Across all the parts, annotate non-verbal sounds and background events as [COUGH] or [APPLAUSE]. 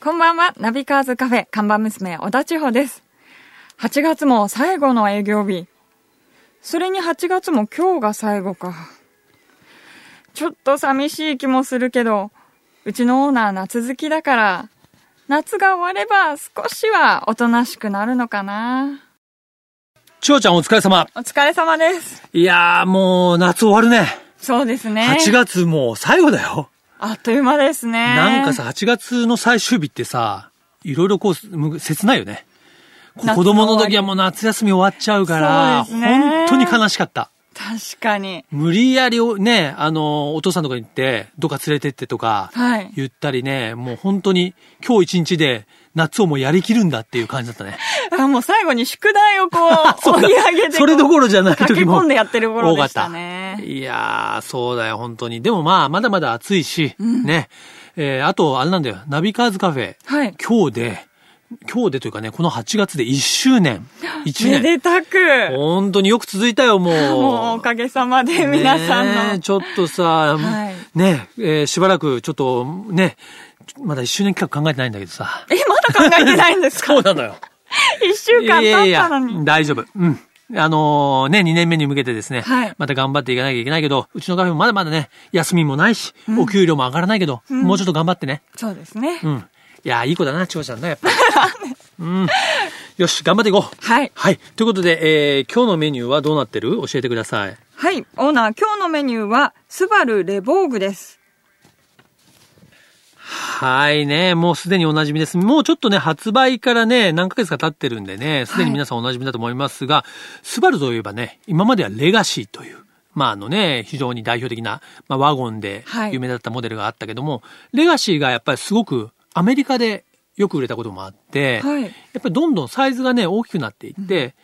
こんばんは、ナビカーズカフェ看板娘、小田千穂です。8月も最後の営業日。それに8月も今日が最後か。ちょっと寂しい気もするけど、うちのオーナー夏好きだから、夏が終われば少しはおとなしくなるのかな。千代ちゃんお疲れ様。お疲れ様です。いやーもう夏終わるね。そうですね。 8月もう最後だよ。あっという間ですね。なんかさ、、8月の最終日ってさ、いろいろこうむ、切ないよね。こ夏のう終わり子供の時はもう夏休み終わっちゃうから、そうですね本当に悲しかった。確かに。無理やりおね、あの、お父さんとかに行って、どっか連れてってとか、はい言ったりね、もう本当に今日一日で夏をもうやりきるんだっていう感じだったね。あもう最後に宿題をこう、追い上げてこう。 [LAUGHS] それどころじゃない時駆けも。込んでやってる頃でしたね多かったいやー、そうだよ、本当に。でもまあ、まだまだ暑いし、ね。えー、あと、あれなんだよ、ナビカーズカフェ。はい今日で、今日でというかね、この8月で1周年。め1年。でたく。本当によく続いたよ、もう。もうおかげさまで皆さねえんの。ちょっとさ、はいねええーしばらくちょっと、ね、まだ1周年企画考えてないんだけどさ。え、まだ考えてないんですかそうなのよ。 [LAUGHS] 一週間経ったのに。大丈夫。うん。あのーね、2年目に向けてですね、はいまた頑張っていかなきゃいけないけど、うちのカフェもまだまだね、休みもないし、お給料も上がらないけど、もうちょっと頑張ってね。そうですねう。ん。いやー、いい子だな、千穂ちゃんね、や [LAUGHS] っぱり。うん。よし、頑張っていこう。はい。はい。ということで、えー今日のメニューはどうなってる教えてください。はい。オーナー、今日のメニューは、スバルレボーグです。はいね、もうすでにおなじみです。もうちょっとね、発売からね、何ヶ月か経ってるんでね、すでに皆さんおなじみだと思いますが、スバルといえばね、今まではレガシーという、まああのね、非常に代表的な、まあ、ワゴンではい有名だったモデルがあったけども、レガシーがやっぱりすごくアメリカでよく売れたこともあって、はいやっぱりどんどんサイズがね、大きくなっていって、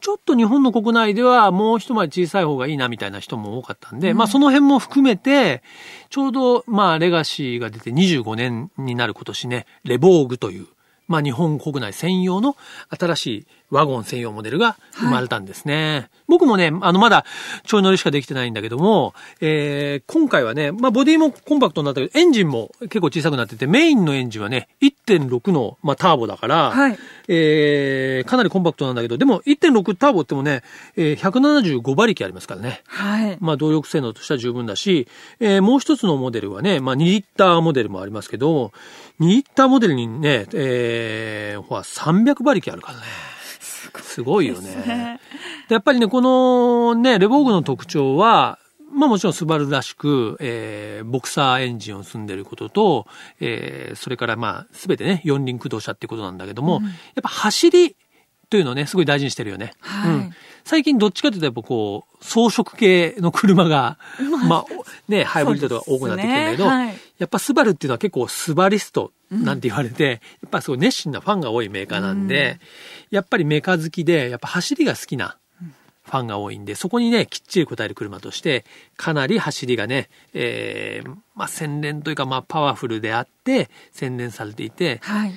ちょっと日本の国内ではもう一回り小さい方がいいなみたいな人も多かったんで、まあその辺も含めて、ちょうどまあレガシーが出て25年になる今年ね、レボーグという、まあ日本国内専用の新しいワゴン専用モデルが生まれたんですね。僕もね、あのまだちょい乗りしかできてないんだけども、えー今回はね、まあボディもコンパクトになったけど、エンジンも結構小さくなってて、メインのエンジンはね、1.6の、まあ、ターボだから、はいえーかなりコンパクトなんだけど、でも1.6ターボってもね、えー175馬力ありますからね。はい。まあ、動力性能としては十分だし、えーもう一つのモデルはね、まあ、2リッターモデルもありますけど、2リッターモデルにね、えー、ほら、300馬力あるからね。すごいよね。でやっぱりね、このね、レボーグの特徴は、まあもちろんスバルらしく、えーボクサーエンジンを積んでることと、えーそれからまあ全てね、四輪駆動車ってことなんだけども、やっぱ走りというのをね、すごい大事にしてるよね。はいうん最近どっちかというとやっぱこう、装飾系の [LAUGHS] 車が、まあ、ね、ハイブリッドとか多くなってきてるんだけど、そうですねはいやっぱスバルっていうのは結構スバリストなんて言われて、やっぱすごい熱心なファンが多いメーカーなんで、やっぱりメカ好きで、やっぱ走りが好きなファンが多いんで、そこにね、きっちり応える車として、かなり走りがね、えーまあ洗練というかまあパワフルであって、洗練されていて、はい。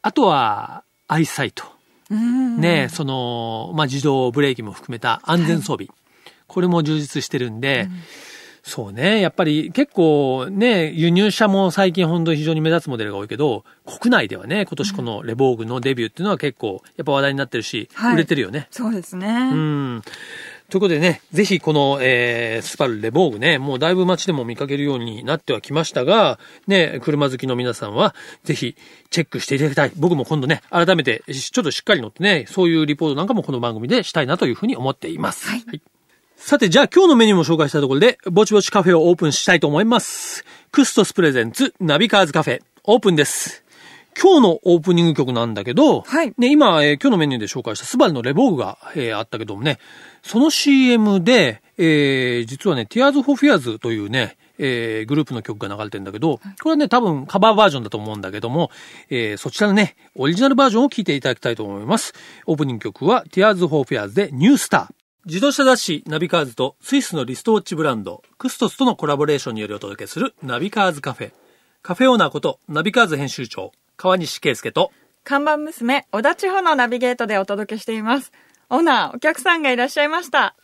あとは、アイサイト。うん。ね、その、まあ、自動ブレーキも含めた安全装備。これも充実してるんで、そうね、やっぱり結構ね、輸入車も最近本当に非常に目立つモデルが多いけど、国内ではね、今年このレボーグのデビューっていうのは結構やっぱ話題になってるし、はい売れてるよね。そうですね。うん。ということでね、ぜひこの、えースパルレボーグね、もうだいぶ街でも見かけるようになってはきましたが、ね、車好きの皆さんは、ぜひチェックしていただきたい。僕も今度ね、改めて、しちょっとしっかり乗ってね、そういうリポートなんかもこの番組でしたいなというふうに思っています。はいさて、じゃあ今日のメニューも紹介したところで、ぼちぼちカフェをオープンしたいと思います。クストスプレゼンツナビカーズカフェ、オープンです。今日のオープニング曲なんだけど、はいね、今、えー今日のメニューで紹介したスバルのレボーグが、えーあったけどもね、その CM で、えー実はね、Tears for Fears というね、えーグループの曲が流れてんだけど、これはね、多分カバーバージョンだと思うんだけども、えーそちらのね、オリジナルバージョンを聴いていただきたいと思います。オープニング曲は Tears for Fears でニュースター。自動車雑誌ナビカーズとスイスのリストウォッチブランドクストスとのコラボレーションによりお届けするナビカーズカフェ。カフェオーナーことナビカーズ編集長、川西圭介と、看板娘、小田千穂のナビゲートでお届けしています。オーナー、お客さんがいらっしゃいました。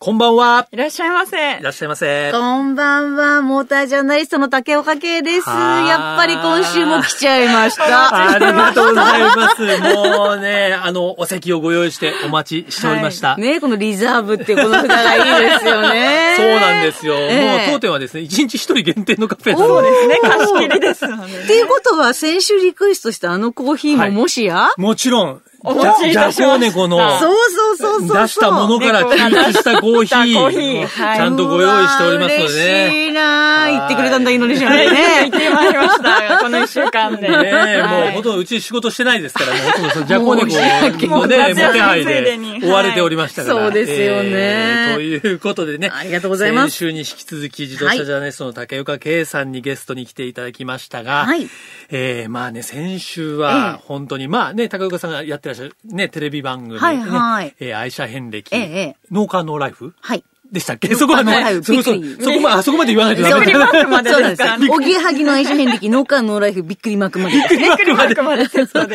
こんばんは。いらっしゃいませい。らっしゃいませ。こんばんは、モータージャーナリストの竹岡圭です。はーいやっぱり今週も来ちゃい [LAUGHS] ました。ありがとうございます。もうね、あの、お席をご用意してお待ちしておりました。ねこのリザーブっていうこの札がいいですよね。 [LAUGHS] そうなんですよ。ええもう当店はですね、1日1人限定のカフェなそうので、です [LAUGHS] ね、貸し切りですのでっ。ていうことは、先週リクエストしたあのコーヒーはもいもしや、もちろん、お持ちいじゃたしましたじゃこうねこのそうそうそうそうそう。出したものから抽出したコー出ヒしたコーヒー、ーちはいゃんとご用意しておりますのでうわーね。嬉しいなー言ってくれたんだけどね、しない行っね。 [LAUGHS] てまいりました、この一週間で。ねえ、はいもうほとんどうち仕事してないですから、も [LAUGHS] うほとんどそのじゃこもう猫のもうね、夏手休み配ついででに追われておりましたから。はいそうですよねえーということでね。ありがとうございます先週に引き続き自動車ジャーナリストの竹岡圭さんにゲストに来ていただきましたが、はいえーまあね、先週はえ本当に、まあね、竹岡さんがやってらっしゃるね、テレビ番組、ね、はいはいえー愛車遍歴、ええ農家ノーライフはい。でしたっけそこはノーライね、フそこそこびっくりそこまで、あそこまで言わないとダ [LAUGHS] メだびっくりマークまでそうなでんですすから。おぎやはぎの愛知遍歴、ノーカーノーライフ、びっくりマークまで。びっくりマークまでセットで。 [LAUGHS]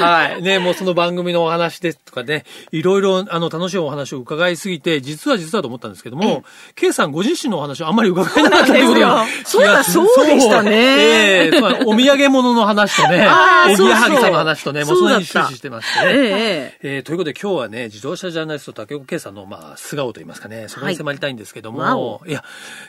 はい。ね、もうその番組のお話ですとかね、いろいろ、あの、楽しいお話を伺いすぎて、実は実はと思ったんですけども、ケイさんご自身のお話をあんまり伺えなかったということがそうなんですよいやそうだそうでしたねええつまりお土産物の話とね、 [LAUGHS] あーおぎやはぎそさうそんうの話とね、もうそそのうだっ辺にた終始してましてえね。ええええーということで今日はね、自動車ジャーナリスト竹岡圭さんの、まあ、素顔といいますかね、そこに迫りたいんですけどはいわもお、い、や、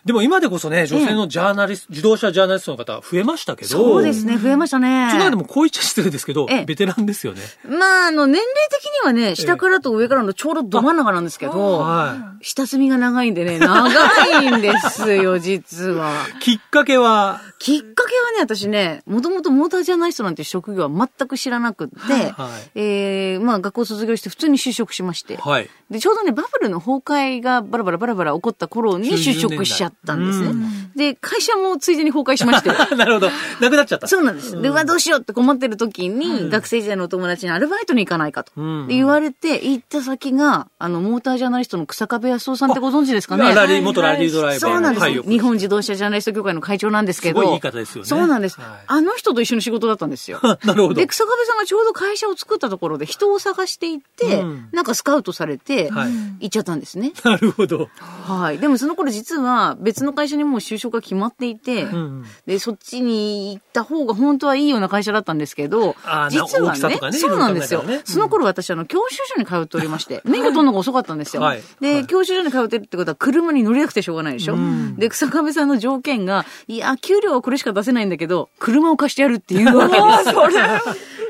でも今でこそね、女性のジャーナリスト、自動車ジャーナリストの方増えましたけど、そうですね、増えましたね。その中でもこう言っちゃ失礼ですけど、ええベテランですよね。まあ、あの、年齢的にはね、下からと上からのちょうどど真ん中なんですけど、は下積みが長いんでね、長いんですよ、 [LAUGHS] 実は。い。きっかけは、きっかけはね、私ね、もともとモータージャーナリストなんて職業は全く知らなくって、はいえーまあ学校卒業して普通に就職しまして、はい。 [LAUGHS] で、ちょうどね、バブルの崩壊がバラバラバラバラ起こった頃に就職しちゃったんです90ね。で、会社もついでに崩壊し [LAUGHS] まして、なるほど。なくなっちゃった。そうなんです。で、うわ、どうしようって困ってる時に、学生時代のお友達にアルバイトに行かないかと。うんで言われて、行った先が、あの、モータージャーナリストの草壁康夫さんってご存知ですかね。ラリー、元ラリードライバーの。そうなんです、はいよく日本自動車ジャーナリスト協会の会長なんですけど。すごいいい方ですよねそうなんです、はいあの人と一緒の仕事だったんですよ。 [LAUGHS] なるほどで、。草壁さんがちょうど会社を作ったところで人を探していって、うんなんかスカウトされて、はい行っちゃったんですね。なるほど。はい。でもその頃実は別の会社にもう就職が決まっていて、んうんで、そっちに行った方が本当はいいような会社だったんですけどあ、ー実な大はきさねとかねそうなんですよ。いろいろ考えたらねその頃私、あの、教習所に通っておりまして、免許取るのが遅かったんですよ。はいで、はい教習所に通ってるってことは車に乗れなくてしょうがないでしょ。で、草壁さんの条件が、いや、給料はこれしか出せないんだけど、車を貸してやるっていうわけですよ。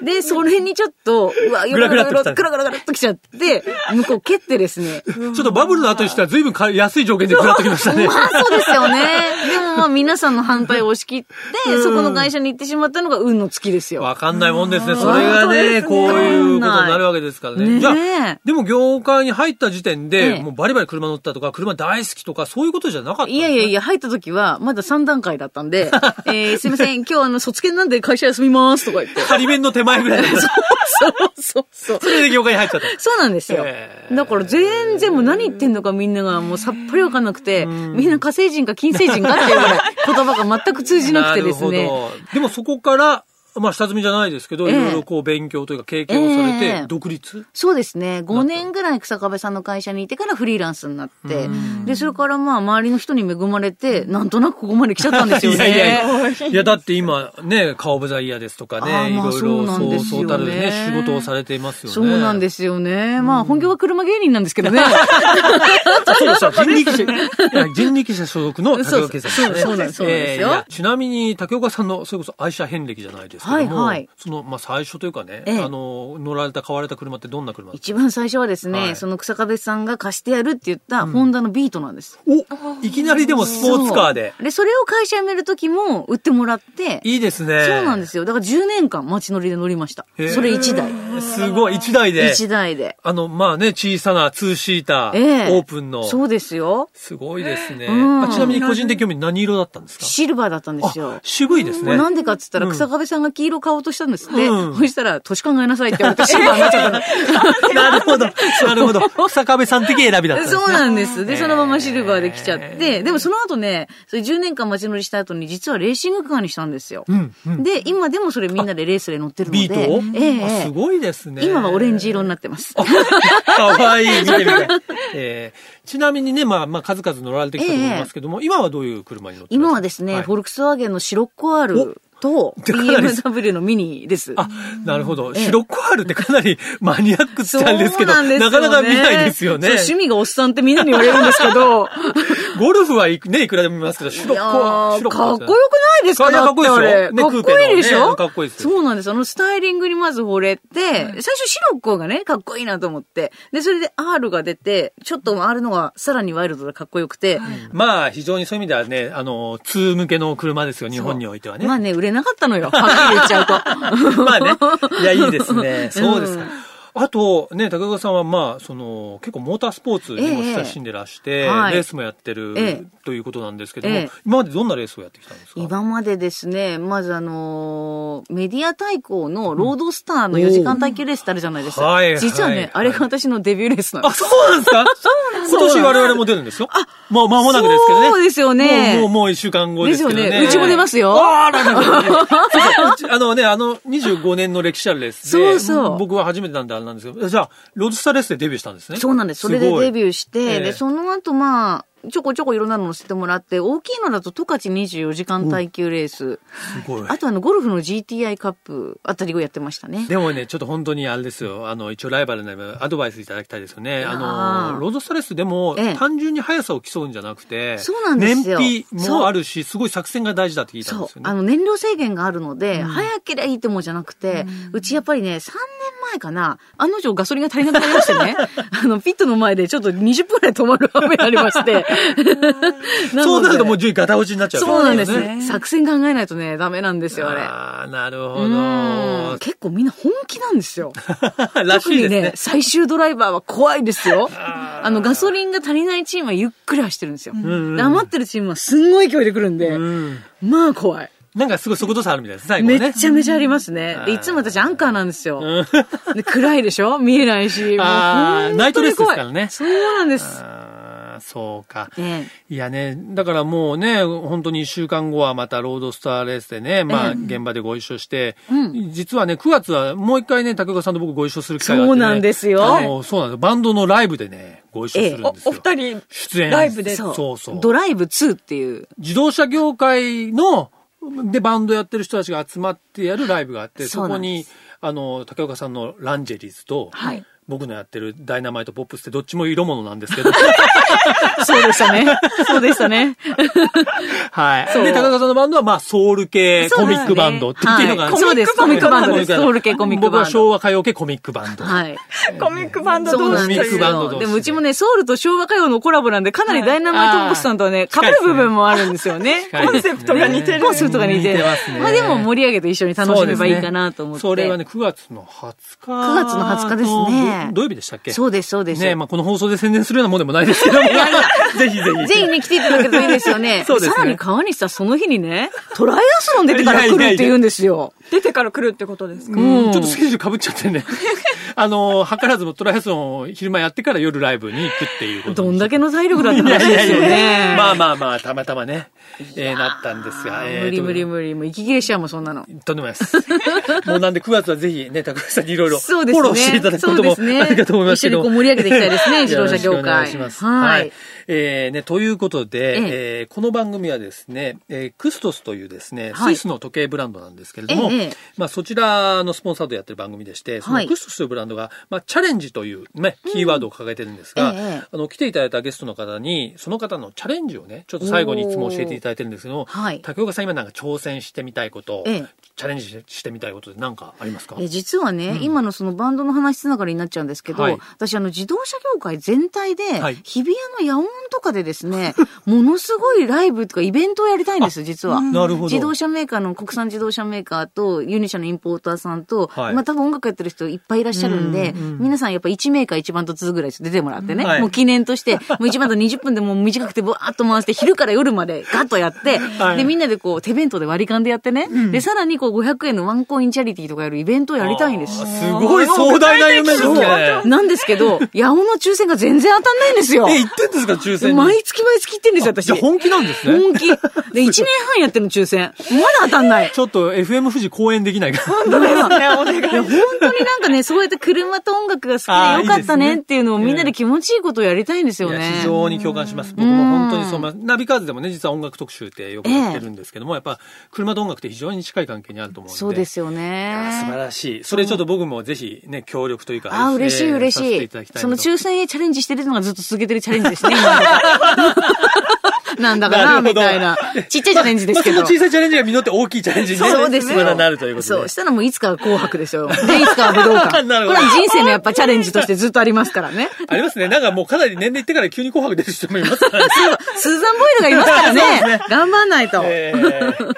で、それにちょっと、うわ、ぐらぐらっときたぐらぐらぐらっときちゃって、向こう蹴ってですね、ちょっとバブルの後にしては随分か安い条件でぐらっときましたね。まあそうですよね。でもまあ皆さんの反対を押し切って、そこの会社に行ってしまったのが運の尽きですよ。わかんないもんですね。それが本当でね、すねこういうことになるわけですからね。ねえじゃあ、でも業界に入った時点で、ええもうバリバリ車乗ったとか、車大好きとか、そういうことじゃなかったんでいすね。やいやいや、入った時は、まだ3段階だったんで、えー、すいません、今日あの、卒検なんで会社休みますとか [LAUGHS] 言って。仮面の手前ぐらいだった [LAUGHS] そうそうそう。それで業界に入っちゃった。そうなんですよへ。ーだから全然もう何言ってんのかみんながもうさっぱりわかんなくて、みんな火星人か金星人かっていうぐらい言葉が全く通じなくてですなるね。ほど。でもそこから、まあ下積みじゃないですけど、えいえろいろこう勉強というか経験をされえてえ、独立そうですね。5年ぐらい草壁さんの会社にいてからフリーランスになって、で、それからまあ周りの人に恵まれて、なんとなくここまで来ちゃったんですよね。いやいや [LAUGHS] いや、いやだって今ね、カオブザイヤーですとかあね、ーいまろあいろそうなんそでうすそよねうたるね、仕事をされていますよね。そうなんですよね。まあ本業は車芸人なんです [LAUGHS] けどね。あ。 [LAUGHS] そうそう、人力車、いや人力車所属の竹岡さんですね。そうそうそうなんですそうなんですよええいやちなみに竹岡さんの、それこそ愛車遍歴じゃないですけどはいもはい、その、まあ最初というかね、あええの、乗られた、買われた車ってどんな車ですか一番最初はですね、はいその草壁さんが貸してやるって言ったホンダのビートなんです。おいきなりでもスポーツカーで。そうで、それを会社辞める時も売ってもらって、いいですね。そうなんですよ。だから10年間街乗りで乗りましたへー。それ1台。すごい、一台で。 1台で。あの、まあね、小さなツーシーター、ええオープンの。そうですよ。すごいですね、うんあちなみに個人的興味何色だったんですかシルバーだったんですよあ。渋いですね。なんでかっつったら [LAUGHS] うん草壁さんが紫色買おうとしたんですって。うんそしたら、年考えなさいって言われてシルバーになっちゃったの。 [LAUGHS] なるほど。なるほど。草壁さん的選びだったんですね。そうなんです。へで、ーそのままシルバーで来ちゃって、でもその後ね、それ10年間街乗りした後に実はレーシングカーにしたんですよ。うんうんで、今でもそれみんなでレースで乗ってるのビで。ートを、ええあすごいですね。今はオレンジ色になってます。 [LAUGHS] かわいい、見てみたい。えーちなみにね、まあ、まあ、数々乗られてきたと思いますけども、今はどういう車に乗ってますか今はですね、フォルルクスワーゲンのシロッコ R とかなり BMW のミニです。あ、なるほど。シロッコ R ってかなりマニアックっちそうゃなんんでですすけよど、ね。なかなか見ないですよねそう。趣味がおっさんってみんなに言われるんですけど。ゴルフはいくね、いくらでも見ますけど、シロッコいやー R シロッコ R かっじこゃよないくないですかかっこいいですよだっねてあれかっこいいでクしーペのねかっこいいですょよそうなんです。あの、スタイリングにまず惚れて、最初シロッコがね、かっこいいなと思って。で、それで R が出て、ちょっと R のがさらにワイルドでかっこよくて、まあ、非常にそういう意味ではね、あの、通向けの車ですよ、日本においてはね。まあね、売れなかったのよ。はっきり言っちゃうと。 [LAUGHS] まあ [LAUGHS] ね。いや、いいですね。そうですか。うんあと、ね、高岡さんは、まあ、その、結構モータースポーツにもええ親しんでらして、えはいレースもやってる、ええということなんですけども、ええ今までどんなレースをやってきたんですか今までですね、まずあのーメディア対抗のロードスターの4時間耐久レースってあるじゃないですか。うんはいはい実はね、はいあれが私のデビューレースなんであ、す。そうなんです [LAUGHS] か今年我々も出るんですよ。もう間もなくですけどね。そうですよもねう、もう、もう一週間後ですけどね。ですよねうちも出ますよあららららそうそううち [LAUGHS] あのね、あの、25年の歴史あるレースで、そうそう僕は初めてなんであれなんですけど、じゃあ、ロードスターレースでデビューしたんですね。そうなんです。それでデビュー。ューして、ええで、その後まあ、ちょこちょこいろんなの乗せてもらって、大きいのだと十勝24時間耐久レース。すごい。あとあの、ゴルフの GTI カップあたりをやってましたね。でもね、ちょっと本当にあれですよ。あの、一応ライバルならアドバイスいただきたいですよね。やーあの、ロードスタレスでも、ええ単純に速さを競うんじゃなくて、そうなんですよ燃費もあるし、すごい作戦が大事だって聞いたんそでうすよ。ね。あの、燃料制限があるので、早ければいいってもんじゃなくて、うちやっぱりね、3年前かな、案の定ガソリンが足りなくなりまして [LAUGHS] ね、あの、ピットの前でちょっと20分くらい止まる雨になりまして。 [LAUGHS] そうなるともうう、順位ガタ落ちになっちゃうからそうなんですそうですね。ね作戦考えないとね、ダメなんですよ、あれ。ああ、なるほうんど。結構みんな本気なんですよ。 [LAUGHS] らし特いにですねね、。最終ドライバーは怖いですよ。あの、ガソリンが足りないチームはゆっくり走ってるんですよ。んで余ってるチームはすんごい勢いで来るんでう、ん。まあ怖い。なんかすごい速度差あるみたいです、最後めね。っちゃめちゃありますね。んでいつも私アンカーなんですよ。で暗いでしょ見えないし。もうあー本当に怖いナイトレースですからねそうなんです。あーそうか。えいやね、だからもうね、本当に1週間後はまたロードスターレースでね、まあ現場でご一緒して、実はね、9月はもう一回ね、高岡さんと僕ご一緒する機会があって、ね、そうなんですよあのそうなんですバンドのライブでね、ご一緒するんおですよ。お二人、出演。ライブでえ。そうそうそうドライブ2っていう。自動車業界の、で、バンドやってる人たちが集まってやるライブがあって、そそうこなんでに、あの、竹岡さんのランジェリーズと、はい僕のやってるダイナマイトポップスってどっちも色物なんですけ [LAUGHS] ど、そうでし [LAUGHS] たね。そうでしたね。はい。そうで、高田さんのバンドは、まあ、ソウル系コミックバンドって言っていうのが、はいそうです。コミックバンドです。ソウル系コミック僕バはンド。昭和歌謡系コミックバンド。はい。コミックバンドそ同う士なとんでいコミックすう。バンド同よ。士ででもうちもね、ソウルと昭和歌謡のコラボなんで、かなりダイナマイトポップスさんとはね、被近いるですね部分もあるんですよね。近いですねコンセプトが似てるコンセプトが似て似てるますねまあでも盛り上げて一緒に楽しめばいいかなと思って。そうですねそれはね、9月の20日。9 9月の20日ですね土曜日でしたっけそうです、そうです。ねまあ、この放送で宣伝するようなもんでもないですけども。 [LAUGHS] ぜひぜひ。ぜひね、来ていただけるといいですよね。そうですねさらに川西さん、その日にね、トライアスロン出てから来るって言うんですよ。出てから来るってことですか、うんちょっとスケジュール被っちゃってね。あの、図らずもトライアスロンを昼間やってから夜ライブに行くっていうことどにんだけの体力だったいや話いでやいすよやね。まあまあまあ、たまたまね、えーなったんですが。えー無理無理と無理。もう息切れしちゃうもん、そんなの。とんでもないで [LAUGHS] す。もうなんで9月はぜひね、高橋さんにいろいろフそォうですね。ローしていただくこともそうですねあるかと思いますけど。一緒にこう盛り上げていきたいですね自動車業界よろしくお願いします。は。はいいえーね、ということで、ええーこの番組はですね、えークストスというですね、はいスイスの時計ブランドなんですけれども、ええまあそちらのスポンサードやってる番組でして、そはのいクストスというブランドが、まあチャレンジというね、キーワードを掲げてるんですが、ええあの、来ていただいたゲストの方に、その方のチャレンジをね、ちょっと最後にいつも教えていただいてるんですけど、はい竹岡さん今なんか挑戦してみたいこと、ええチャレンジしてみたいことで何かありますかえ実はね、今のそのバンドの話つながりになっちゃうんですけど、はい私あの自動車業界全体で、はい日比谷の野音とかでですね、 [LAUGHS] ものすごいライブとかイベントをやりたいんです、実は。なるほど。自動車メーカーの、国産自動車メーカーと、ユニシャのインポーターさんと、はいまあ多分音楽やってる人いっぱいいらっしゃるんで、うんうん皆さんやっぱ1メーカー1番と2ぐらい出てもらってね、はいもう記念として、もう1番と20分でもう短くてブワーっと回して、昼から夜までガッとやって、いで、みんなでこう手弁当で割り勘でやってね、で、さらにこう500円のワンコインチャリティーとかやるイベントをやりたいんですあ。すごい壮大な夢ですそうね。なんですけど、八尾の抽選が全然当たんないんですよ。え、言ってんですか、抽選に。毎月毎月行ってんですよ、私。じゃあ本気なんですね。本気。で、1年半やってるの抽選。まだ当たんない。ちょっと FM 富士公演できないかいや本当になんかね、そうやって車と音楽があー好きでよいかったいですねねっていうのをみんなで気持ちいいことをやりたいんですよら。いやね非。常に共感します。僕も本当にそう思います、ナビカーズでもね、実は音楽特集ってよくやってるんですけども、やっぱ車と音楽って非常に近い関係にあると思うんで。そうですよあ素晴ね。らしい。それちょっと僕もぜひね、協力というか、あー、嬉しいえー嬉させてしいただき。たいそなのと抽選へチャレンジしてるのがずっと続けてるチャレンジですね、今の [LAUGHS] なんだかなるな、ほどみたいな。ちっちゃいチャレンジですけまあど。その小さいチャレンジが実って大きいチャレンジにねそうですよ。まだなるということで。そう。したらもういつかは紅白で [LAUGHS] すよ。で、いつかは武道館。なるほこどれは人生のやっぱチャレンジとしてずっとありますか [LAUGHS] らね。ありますね。なんかもうかなり年齢いってから急に紅白出る人もいますからね。スーザン・ボイルがいますからそうでねすね。頑張んないと。えー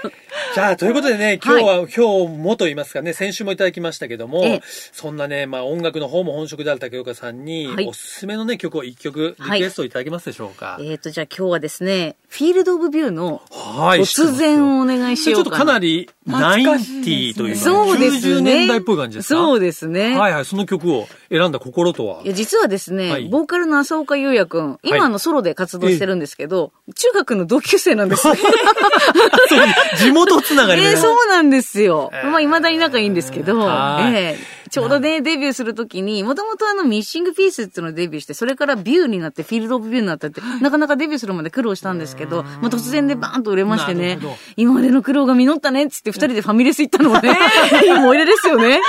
じゃあ、ということでね、今日は、今日もと言いますかね、先週もいただきましたけどもええ、そんなね、まあ音楽の方も本職である竹岡さんには、いおすすめのね、曲を一曲、リクエストいただけますでしょうか。えーと、じゃあ今日はですね、フィールド・オブ・ビューのはい。突然お願いしちよょうっとかかな。なり、ナインティーというか、そうです90ね。年代っぽい感じですかそうですね。はいいはい、その曲を選んだ心とは。や、実はですね、はいボーカルの浅岡優也くん、今あのソロで活動してるんですけど、中学の同級生な [LAUGHS] んですね。そう地元つながりでえねえそうなんですよ。えーまあ、未だに仲いいんですけど、はいええちょうどね、デビューするときに、もともとあの、ミッシングピースっていうのをデビューして、それからビューになって、フィールドオブビューになったって、なかなかデビューするまで苦労したんですけど、まあ、突然でバーンと売れましてなねるほど、今までの苦労が実ったねっつって、二人でファミレス行ったのも [LAUGHS] ね、いい思い出ですよね。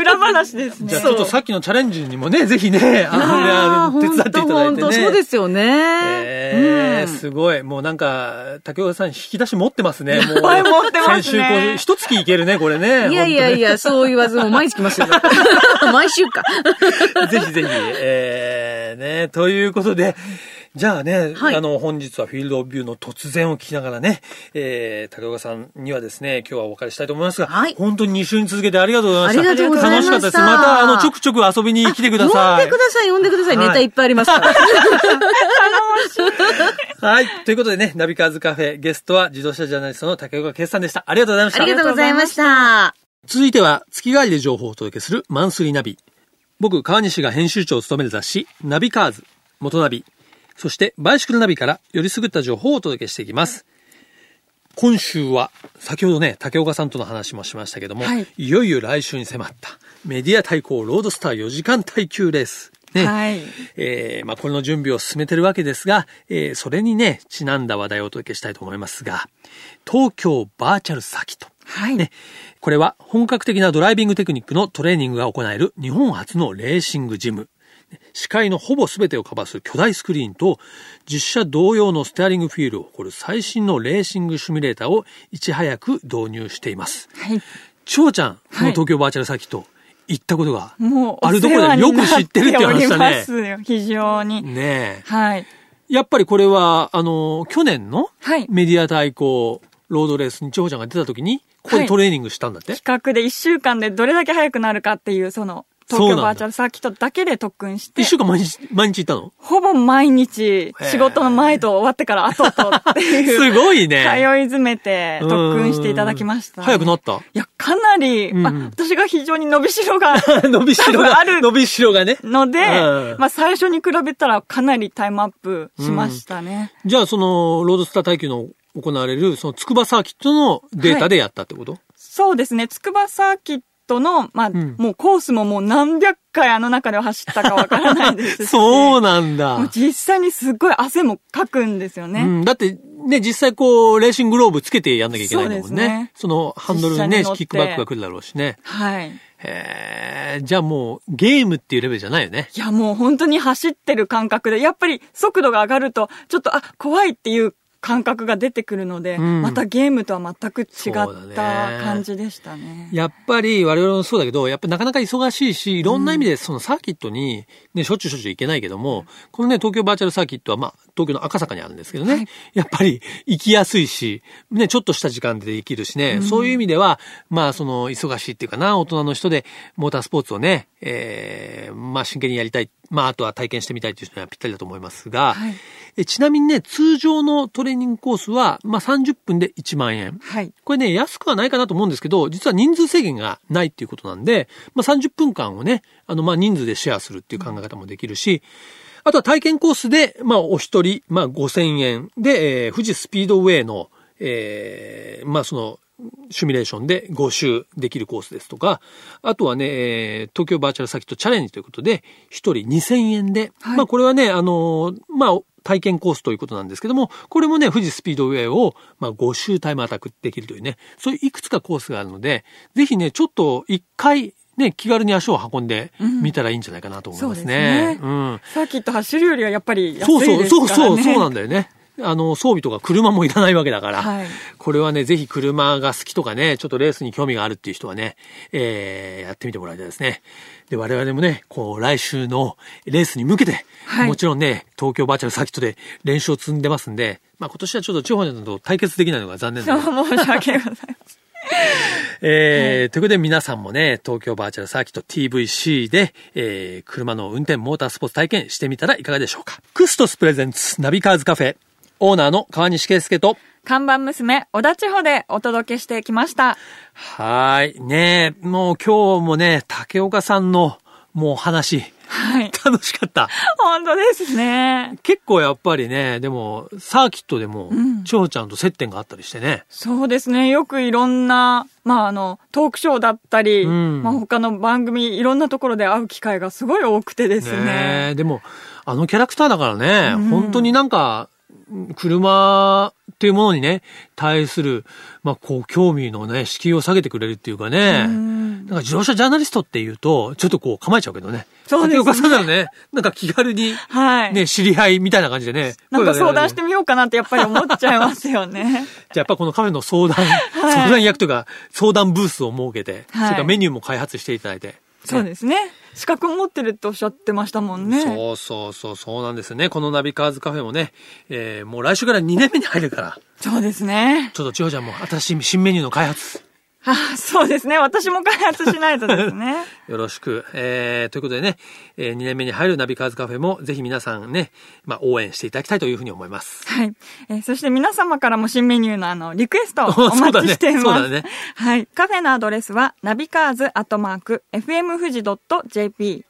裏話ですねじゃあちょっとさっきのチャレンジにもね、ぜひね、ああの、ー手伝っていただい本て当本当ね。そうですよね。えーうんすごい。もうなんか、竹岡さん引き出し持ってますね。もう。ぱい持ってますね先週こう、一月いけるね、これね。いやいやいや、そう言わずもう毎日来ますよ。 [LAUGHS] 毎週か。本当に。ぜひぜひ。えー、ね、ということで、じゃあね、はいあの、本日はフィールドオブビューの突然を聞きながらね、えー、竹岡さんにはですね、今日はお別れしたいと思いますが、はい本当に2週に続けてありがとうございました。ありがとうございました楽しかったです。また、あの、ちょくちょく遊びに来てくださ [LAUGHS] 呼んでください、呼んでください。はいネタいっぱ [LAUGHS] いありますから。はい。ということでね、ナビカーズカフェ、ゲストは自動車ジャーナリストの竹岡圭さんでした。ありがとうございました。ありがとうございました。続いては、月替わりで情報をお届けするマンスリーナビ。僕、川西が編集長を務める雑誌、ナビカーズ、元ナビ、そしてバイシクルナビからよりすぐった情報をお届けしていきます。今週は、先ほどね、竹岡さんとの話もしましたけども、はいい、よいよ来週に迫った、メディア対抗ロードスター4時間耐久レース。ね、はいえーまあ、これの準備を進めてるわけですが、えーそれにね、ちなんだ話題をお届けしたいと思いますが、東京バーチャル先と。はいね。これは本格的なドライビングテクニックのトレーニングが行える日本初のレーシングジム。視界のほぼ全てをカバーする巨大スクリーンと、実車同様のステアリングフィールを誇る最新のレーシングシミュレーターをいち早く導入しています。はいちょうちゃん、このはい東京バーチャルサーキット、行ったことがもうあるところでよく知ってるっていうお世話に話なってだおね。ります非常にねえ。はいやっぱりこれは、あの、去年のはいメディア対抗ロードレースにちょうちゃんが出た時に、ここでトレーニングしたんだって、企画で1週間でどれだけ速くなるかっていうそのそう東京なんだバーチャルサーキットだけで特訓して一週間毎日、毎日行ったのほぼ毎日ー仕事の前と終わってから後とって [LAUGHS] すいうごい通いね。詰めて特訓していただきました、うん早く [LAUGHS] なった。いや、かなり、うんまあ、私が非常に伸びしろが伸びしろ多分が、ある伸びしろがね。の [LAUGHS] で、うんまあ、最初に比べたらかなりタイムアップしましたね。じゃあ、その、ロードスター耐久の行われる、その、筑波サーキットのデータでやったってこと、そうですね、筑波サーキットの、まあ、んもうコースももう何百回あの中では走ったかわからないですし。 [LAUGHS] そうなんだ。もう実際にすごい汗もかくんですよね。うん、だって、ね、実際こう、レーシンググローブつけてやんなきゃいけないんだもんそうですねね。その、ハンドルにね、実際に乗ってキックバックが来るだろうしね。はい。へーじゃあもう、ゲームっていうレベルじゃないよね。いや、もう本当に走ってる感覚で、やっぱり速度が上がると、ちょっと、あ、怖いっていう感覚が出てくるので、うんまたゲームとは全く違そうっただね感じでしたね。やっぱり我々もそうだけど、やっぱなかなか忙しいし、いろんな意味でそのサーキットにね、しょっちゅうしょっちゅう行けないけども、このね、東京バーチャルサーキットはまあ、東京の赤坂にあるんですけどね、やっぱり行きやすいし、ね、ちょっとした時間でできるしね、そういう意味では、まあ、その、忙しいっていうかな、大人の人で、モータースポーツをね、えー、まあ、真剣にやりたい、まあ、あとは体験してみたいという人にはぴったりだと思いますが、はいえちなみにね、通常のトレーニングコースは、まあ、30分で1万円。はい。これね、安くはないかなと思うんですけど、実は人数制限がないっていうことなんで、まあ、30分間をね、あの、まあ、人数でシェアするっていう考え方もできるし、あとは体験コースで、まあ、お一人、まあ、5000円で、えー富士スピードウェイの、えーまあ、その、シミュレーションで5周できるコースですとか、あとはね、えー東京バーチャルサーキットチャレンジということで、1人2000円で、はいまあこれはね、あのーまあ体験コースということなんですけども、これもね、富士スピードウェイを、まあ、5周タイムアタックできるというね、そういういくつかコースがあるので、ぜひね、ちょっと1回、ね、気軽に足を運んでみたらいいんじゃないかなと思いますね。そうですねん。サーキット走るよりはやっぱり安いそうですからそね。う、そうそう、そうなんだよね。あの、装備とか車もいらないわけだから、はいこれはね、ぜひ車が好きとかね、ちょっとレースに興味があるっていう人はね、えー、やってみてもらいたいですね。で、我々もね、こう、来週のレースに向けて、はいもちろんね、東京バーチャルサーキットで練習を積んでますんで、まあ今年はちょっと地方などと対決できないのが残念 [LAUGHS] なので、申し訳ございません。えーということで皆さんもね、東京バーチャルサーキット TVC で、えー車の運転モータースポーツ体験してみたらいかがでしょうか。クストスプレゼンツナビカーズカフェ、オーナーの川西圭介と、看板娘、小田千穂でお届けしてきました。はーい、ねえもう今日もね、竹岡さんのもう話、はい。楽しかった。本当ですね。結構やっぱりね、でも、サーキットでも、千穂ちゃんと接点があったりしてね。そうですね。よくいろんな、まああの、トークショーだったり、うんまあ他の番組、いろんなところで会う機会がすごい多くてですねね。えでも、あのキャラクターだからね、本当になんか、車っていうものにね、対する、まあ、こう、興味のね、敷居を下げてくれるっていうかね、うんなんか自動車ジャーナリストっていうと、ちょっとこう構えちゃうけどね。そうですね竹岡さんならね、なんか気軽に、はい。ね、知り合いみたいな感じでね。なんか相談しててみようかなってやっぱり思っちゃいますよ [LAUGHS] ね。じゃあやっぱこのカフェの相談、相談役というか、相談ブースを設けて、はいそれからメニューも開発していただいて。そうですね。資格持ってるっておっしゃってましたもんね。そうそうそう、そうなんですよね。このナビカーズカフェもね、えーもう来週から2年目に入るから、そうですね。ちょっと千穂ちゃんも新しい新メニューの開発、あそうですね。私も開発しないとです [LAUGHS] ね。よろしく。えー、ということでね、え2年目に入るナビカーズカフェも、ぜひ皆さんね、まあ、応援していただきたいというふうに思います。はい。えーそして皆様からも新メニューのあの、リクエストを [LAUGHS] そうだおね待ちしています。そうだねはい。カフェのアドレスは、ナビカーズアットマーク、fmfuji.jp、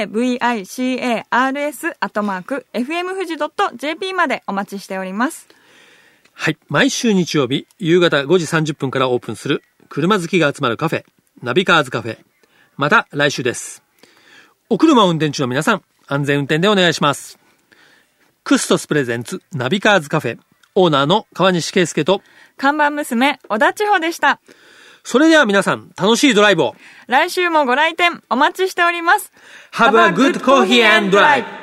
navicars アットマーク、fmfuji.jp までお待ちしております。はい。毎週日曜日、夕方5時30分からオープンする、車好きが集まるカフェ、ナビカーズカフェ。また来週です。お車を運転中の皆さん、安全運転でお願いします。クストスプレゼンツ、ナビカーズカフェ、オーナーの川西圭介と、看板娘、小田千穂でした。それでは皆さん、楽しいドライブを。来週もご来店お待ちしております。 Have a good coffee and drive!